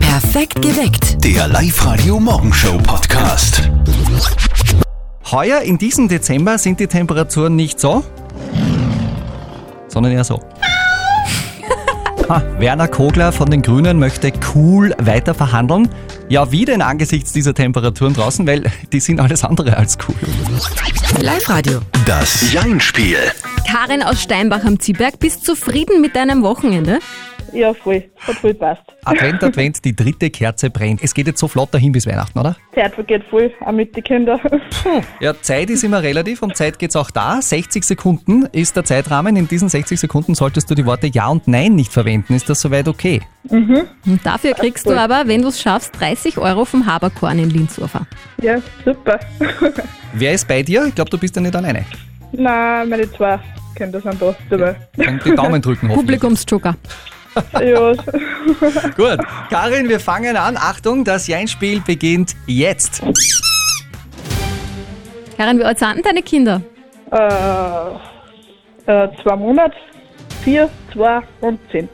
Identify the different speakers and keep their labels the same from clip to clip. Speaker 1: Perfekt geweckt.
Speaker 2: Der Live-Radio Morgenshow Podcast.
Speaker 3: Heuer in diesem Dezember sind die Temperaturen nicht so, sondern eher so. Ha, Werner Kogler von den Grünen möchte cool weiter verhandeln. Ja, wie denn angesichts dieser Temperaturen draußen, weil die sind alles andere als cool.
Speaker 1: Live-Radio.
Speaker 2: Das Jein-Spiel.
Speaker 4: Karin aus Steinbach am Zieberg, bist zufrieden mit deinem Wochenende?
Speaker 5: Ja, voll. Hat voll passt.
Speaker 3: Advent, Advent, die dritte Kerze brennt. Es geht jetzt so flott dahin bis Weihnachten, oder?
Speaker 5: Zeit vergeht voll, auch mit den Kindern.
Speaker 3: Ja, Zeit ist immer relativ und Zeit geht's auch da. 60 Sekunden ist der Zeitrahmen. In diesen 60 Sekunden solltest du die Worte Ja und Nein nicht verwenden. Ist das soweit okay?
Speaker 4: Und dafür kriegst du aber, wenn du es schaffst, 30 Euro vom Haberkorn in Linzurfer.
Speaker 5: Ja, super.
Speaker 3: Wer ist bei dir? Ich glaube, du bist ja nicht alleine.
Speaker 5: Nein, meine zwei Kinder sind da dabei.
Speaker 3: Dann die Daumen drücken hoffentlich.
Speaker 4: Publikumsjoker.
Speaker 5: Ja,
Speaker 3: Gut, Karin, wir fangen an. Achtung, das Jein-Spiel beginnt jetzt.
Speaker 4: Karin, wie alt sind denn deine Kinder?
Speaker 5: äh, äh, zwei Monate, vier, zwei und zehn.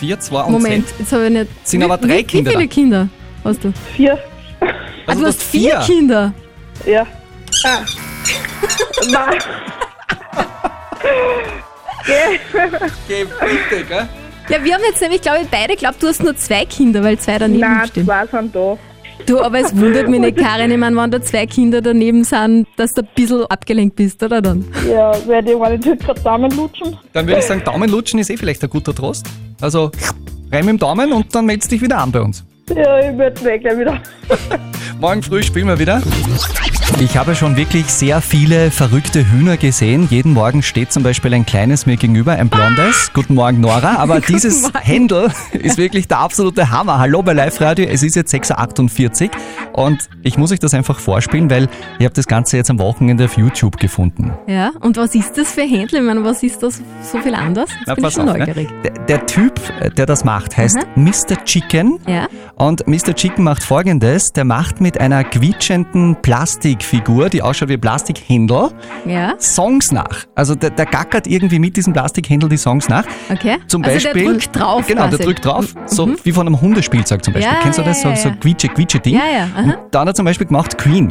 Speaker 3: Vier, zwei und
Speaker 4: Moment,
Speaker 3: zehn.
Speaker 4: jetzt habe ich nicht.
Speaker 3: Sind
Speaker 4: wie,
Speaker 3: aber drei
Speaker 4: wie,
Speaker 3: Kinder
Speaker 4: Wie viele
Speaker 3: da. Also
Speaker 4: Kinder hast du?
Speaker 5: Vier,
Speaker 4: Ah, du
Speaker 3: du
Speaker 4: hast
Speaker 3: hast
Speaker 4: vier
Speaker 3: vier.
Speaker 4: Kinder.
Speaker 5: ja. Ah. Nein,
Speaker 3: Geh bitte, gell?
Speaker 4: Ja, wir haben jetzt nämlich, glaube ich, beide glaubt, du hast nur zwei Kinder, weil zwei daneben
Speaker 5: nein,
Speaker 4: stehen.
Speaker 5: zwei sind da.
Speaker 4: Du, aber es wundert mich nicht, Karin, ich meine, wenn da zwei Kinder daneben sind, dass du ein bisschen abgelenkt bist, oder dann?
Speaker 5: Ja, werde ich meine Tüte gerade zusammenlutschen.
Speaker 3: Dann würde ich sagen, Daumenlutschen ist eh vielleicht ein guter Trost. Also, rein mit dem Daumen und dann meldest dich wieder an bei uns.
Speaker 5: Ja, ich werde weg gleich wieder.
Speaker 3: Morgen früh spielen wir wieder. Ich habe schon wirklich sehr viele verrückte Hühner gesehen. Jeden Morgen steht zum Beispiel ein kleines mir gegenüber, ein blondes. Guten Morgen, Nora. Aber dieses
Speaker 4: Morgen.
Speaker 3: Händel ist wirklich der absolute Hammer. Hallo bei Live Radio. Es ist jetzt 6.48 Uhr und ich muss euch das einfach vorspielen, weil ich habe das Ganze jetzt am Wochenende auf YouTube gefunden.
Speaker 4: Ja, und was ist das für Händel? Ich meine, was ist das so viel anders? Jetzt bin ich schon neugierig.
Speaker 3: Ne? Der, der Typ, äh, der das macht, heißt Mr. Chicken.
Speaker 4: Ja.
Speaker 3: Und Mr. Chicken macht folgendes: Der macht mit einer quietschenden Plastikfigur, die ausschaut wie Plastikhändel,
Speaker 4: Ja,
Speaker 3: Songs nach. Also der, der gackert irgendwie mit diesem Plastikhändel die Songs nach.
Speaker 4: okay.
Speaker 3: Zum
Speaker 4: also
Speaker 3: Beispiel,
Speaker 4: der drückt drauf.
Speaker 3: Genau,
Speaker 4: quasi.
Speaker 3: der drückt drauf. So
Speaker 4: Mhm.
Speaker 3: wie von einem Hundespielzeug zum Beispiel.
Speaker 4: Ja,
Speaker 3: Kennst du
Speaker 4: ja,
Speaker 3: das?
Speaker 4: ja,
Speaker 3: so
Speaker 4: ja.
Speaker 3: so quietsche, quietsche Ding.
Speaker 4: Ja, ja, aha.
Speaker 3: Und da hat er zum Beispiel gemacht Queen.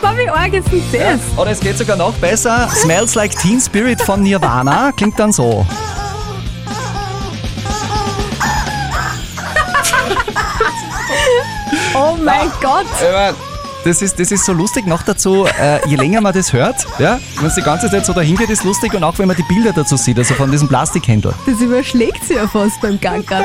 Speaker 4: Boah, wie arg ist denn das?
Speaker 3: Oder es geht sogar noch besser. Smells like Teen Spirit von Nirvana klingt dann so.
Speaker 4: Oh mein Gott.
Speaker 3: Ich mein, Das ist, das ist so lustig. Noch dazu, äh, je länger man das hört, ja, wenn es die ganze Zeit so dahin geht, ist lustig. Und auch wenn man die Bilder dazu sieht, also von diesem Plastikhändler.
Speaker 4: Das überschlägt sich ja fast beim Gang gerade.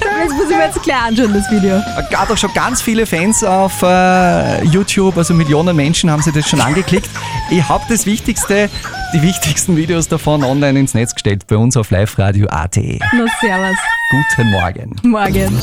Speaker 4: Das muss ich mir jetzt gleich anschauen, das Video.
Speaker 3: Es gab auch schon ganz viele Fans auf äh, YouTube, also Millionen Menschen haben sich das schon angeklickt. Ich habe das Wichtigste, die wichtigsten Videos davon online ins Netz gestellt, bei uns auf liveradio.at.
Speaker 4: Na, servus.
Speaker 3: E. Guten Morgen.
Speaker 4: Morgen.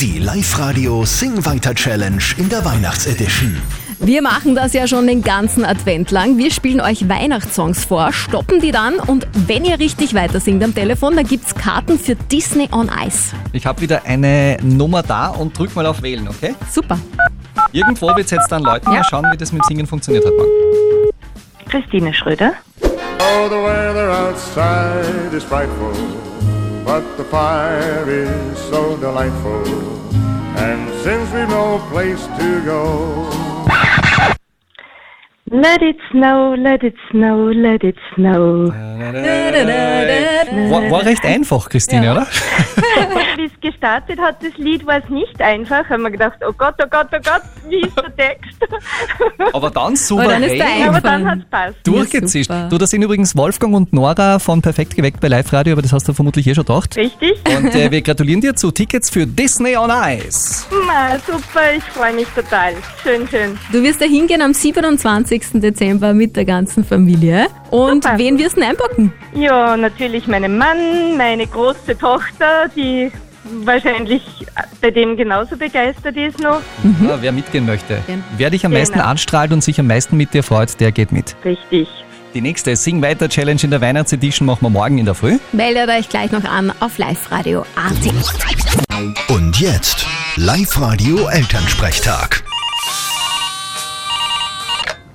Speaker 2: Die Live-Radio Sing Weiter Challenge in der Weihnachtsedition.
Speaker 4: Wir machen das ja schon den ganzen Advent lang. Wir spielen euch Weihnachtssongs vor, stoppen die dann und wenn ihr richtig weiter singt am Telefon, dann gibt's Karten für Disney on Ice.
Speaker 3: Ich habe wieder eine Nummer da und drück mal auf Wählen, okay?
Speaker 4: Super.
Speaker 3: Irgendwo wird es jetzt dann läuten.
Speaker 4: Ja.
Speaker 3: Mal schauen, wie das mit dem Singen funktioniert hat. Morgen.
Speaker 6: Christine Schröder.
Speaker 7: Oh, the weather outside is frightful, but the fire is so delightful. And since we've no place to go,
Speaker 6: Let it snow, let it snow, let it snow.
Speaker 3: War, war recht einfach, Christine, oder?
Speaker 6: Wie es gestartet hat, das Lied war es nicht einfach. Haben wir gedacht, oh Gott, oh Gott, oh Gott, wie ist der Text?
Speaker 3: Aber dann
Speaker 4: Aber dann ist der
Speaker 3: souverän.
Speaker 6: Aber dann hat
Speaker 4: eingefallen.
Speaker 6: es passt.
Speaker 3: Durchgezischt.
Speaker 4: Ja, super.
Speaker 3: Du, das sind übrigens Wolfgang und Nora von Perfekt geweckt bei Live Radio, aber das hast du vermutlich eh schon gedacht.
Speaker 6: Richtig?
Speaker 3: Und äh, wir gratulieren dir zu Tickets für Disney on Ice.
Speaker 6: Ma, super, ich freue mich total. Schön, schön.
Speaker 4: Du wirst da hingehen am 27. Dezember mit der ganzen Familie. Und
Speaker 6: Super.
Speaker 4: wen wirst du denn einpacken?
Speaker 6: Ja, natürlich meinen Mann, meine große Tochter, die wahrscheinlich bei dem genauso begeistert ist noch.
Speaker 3: Ja, Ah, wer mitgehen möchte,
Speaker 4: Mhm. Gern.
Speaker 3: wer dich am meisten
Speaker 6: Genau.
Speaker 3: anstrahlt und sich am meisten mit dir freut, der geht mit.
Speaker 6: Richtig.
Speaker 3: Die nächste Sing Weiter Challenge in der Weihnachtsedition machen wir morgen in der Früh.
Speaker 4: Meldet euch gleich noch an auf liveradio AT.
Speaker 2: Und jetzt Live-Radio Elternsprechtag.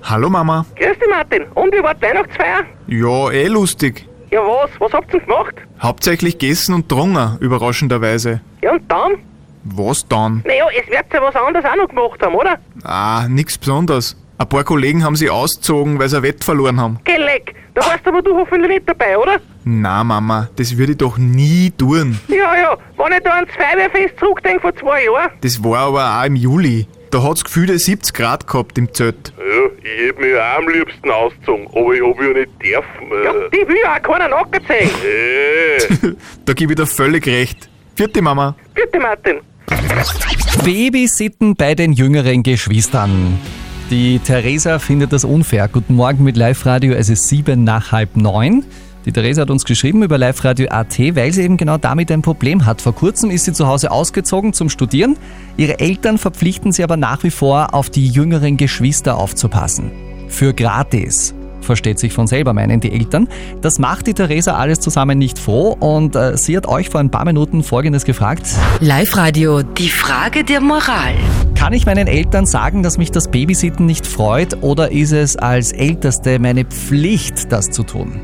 Speaker 8: Hallo Mama.
Speaker 9: Grüß dich, Martin. Und wie war die Weihnachtsfeier?
Speaker 8: Ja, eh lustig.
Speaker 9: Ja, was? Was habt ihr denn gemacht?
Speaker 8: Hauptsächlich gegessen und drungen, überraschenderweise.
Speaker 9: Ja, und dann?
Speaker 8: Was dann?
Speaker 9: Naja, es wird ja was anderes auch noch gemacht haben, oder?
Speaker 8: Ah, nix Besonderes. Ein paar Kollegen haben sie ausgezogen, weil sie ein Wett verloren haben.
Speaker 9: Geh leck. Da warst aber du hoffentlich nicht dabei, oder?
Speaker 8: Na Mama, das würde ich doch nie tun.
Speaker 9: Ja, ja. Wenn ich da ans Feuerwehrfest zurückdenke vor zwei Jahren.
Speaker 8: Das war aber auch im Juli. Da hat's gefühlte 70 Grad gehabt im Zelt.
Speaker 10: Ja, ich hätte mich auch am liebsten ausgezogen, aber ich hab ja nicht dürfen.
Speaker 9: Ja,
Speaker 10: Äh,
Speaker 9: die will auch keinen Acker zeigen.
Speaker 10: äh.
Speaker 8: Da gebe ich dir völlig recht. Vierte Mama.
Speaker 9: Bitte, Martin.
Speaker 3: Babysitten bei den jüngeren Geschwistern. Die Theresa findet das unfair. Guten Morgen mit Live-Radio, es ist sieben nach halb neun. Die Theresa hat uns geschrieben über liveradio.at, weil sie eben genau damit ein Problem hat. Vor kurzem ist sie zu Hause ausgezogen zum Studieren. Ihre Eltern verpflichten sie aber nach wie vor, auf die jüngeren Geschwister aufzupassen. Für gratis. Versteht sich von selber, meinen die Eltern. Das macht die Theresa alles zusammen nicht froh und äh, sie hat euch vor ein paar Minuten Folgendes gefragt.
Speaker 1: Live-Radio, die Frage der Moral.
Speaker 3: Kann ich meinen Eltern sagen, dass mich das Babysitten nicht freut oder ist es als Älteste meine Pflicht, das zu tun?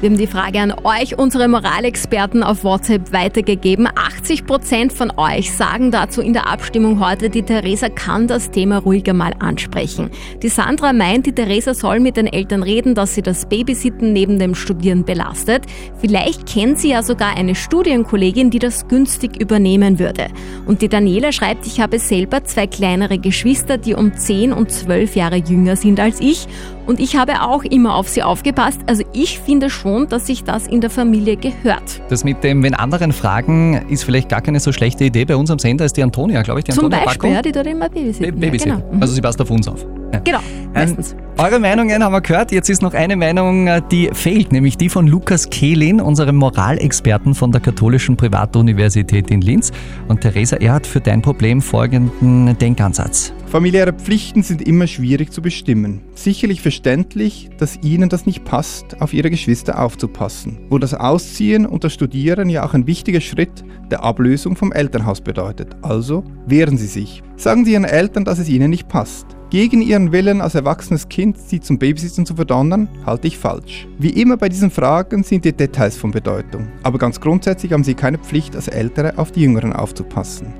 Speaker 4: Wir haben die Frage an euch, unsere Moralexperten, auf WhatsApp weitergegeben. 80% von euch sagen dazu in der Abstimmung heute, die Theresa kann das Thema ruhiger mal ansprechen. Die Sandra meint, die Theresa soll mit den Eltern reden, dass sie das Babysitten neben dem Studieren belastet. Vielleicht kennt sie ja sogar eine Studienkollegin, die das günstig übernehmen würde. Und die Daniela schreibt, ich habe selber zwei kleinere Geschwister, die um 10 und 12 Jahre jünger sind als ich. Und ich habe auch immer auf sie aufgepasst. Also ich finde schon, dass sich das in der Familie gehört.
Speaker 3: Das mit dem, wenn anderen fragen, ist vielleicht gar keine so schlechte Idee. Bei uns am Sender ist die Antonia, glaube ich, die
Speaker 4: Zum
Speaker 3: Antonia
Speaker 4: Beispiel, ja,
Speaker 3: Backo.
Speaker 4: die dort immer
Speaker 3: Ba-
Speaker 4: babysitten.
Speaker 3: Babysitten.
Speaker 4: Ja, genau. Mhm.
Speaker 3: Also sie passt auf uns auf. Ja.
Speaker 4: genau,
Speaker 3: Ähm,
Speaker 4: meistens.
Speaker 3: eure Meinungen haben wir gehört. Jetzt ist noch eine Meinung, äh, die fehlt, nämlich die von Lukas Kehlin, unserem Moralexperten von der Katholischen Privatuniversität in Linz. Und Theresa, er hat für dein Problem folgenden Denkansatz.
Speaker 11: Familiäre Pflichten sind immer schwierig zu bestimmen. Sicherlich verständlich, dass Ihnen das nicht passt, auf Ihre Geschwister aufzupassen, wo das Ausziehen und das Studieren ja auch ein wichtiger Schritt der Ablösung vom Elternhaus bedeutet. Also wehren Sie sich. Sagen Sie Ihren Eltern, dass es Ihnen nicht passt. Gegen Ihren Willen als erwachsenes Kind Sie zum Babysitzen zu verdonnern, halte ich falsch. Wie immer bei diesen Fragen sind die Details von Bedeutung, aber ganz grundsätzlich haben Sie keine Pflicht, als Ältere auf die Jüngeren aufzupassen.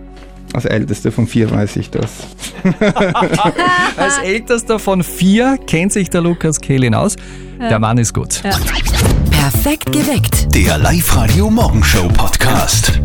Speaker 11: Als Älteste von vier weiß ich das.
Speaker 3: Als ältester von vier kennt sich der Lukas Kehlin aus. Der Mann ist gut.
Speaker 1: Perfekt geweckt.
Speaker 2: Der Live-Radio Morgenshow Podcast.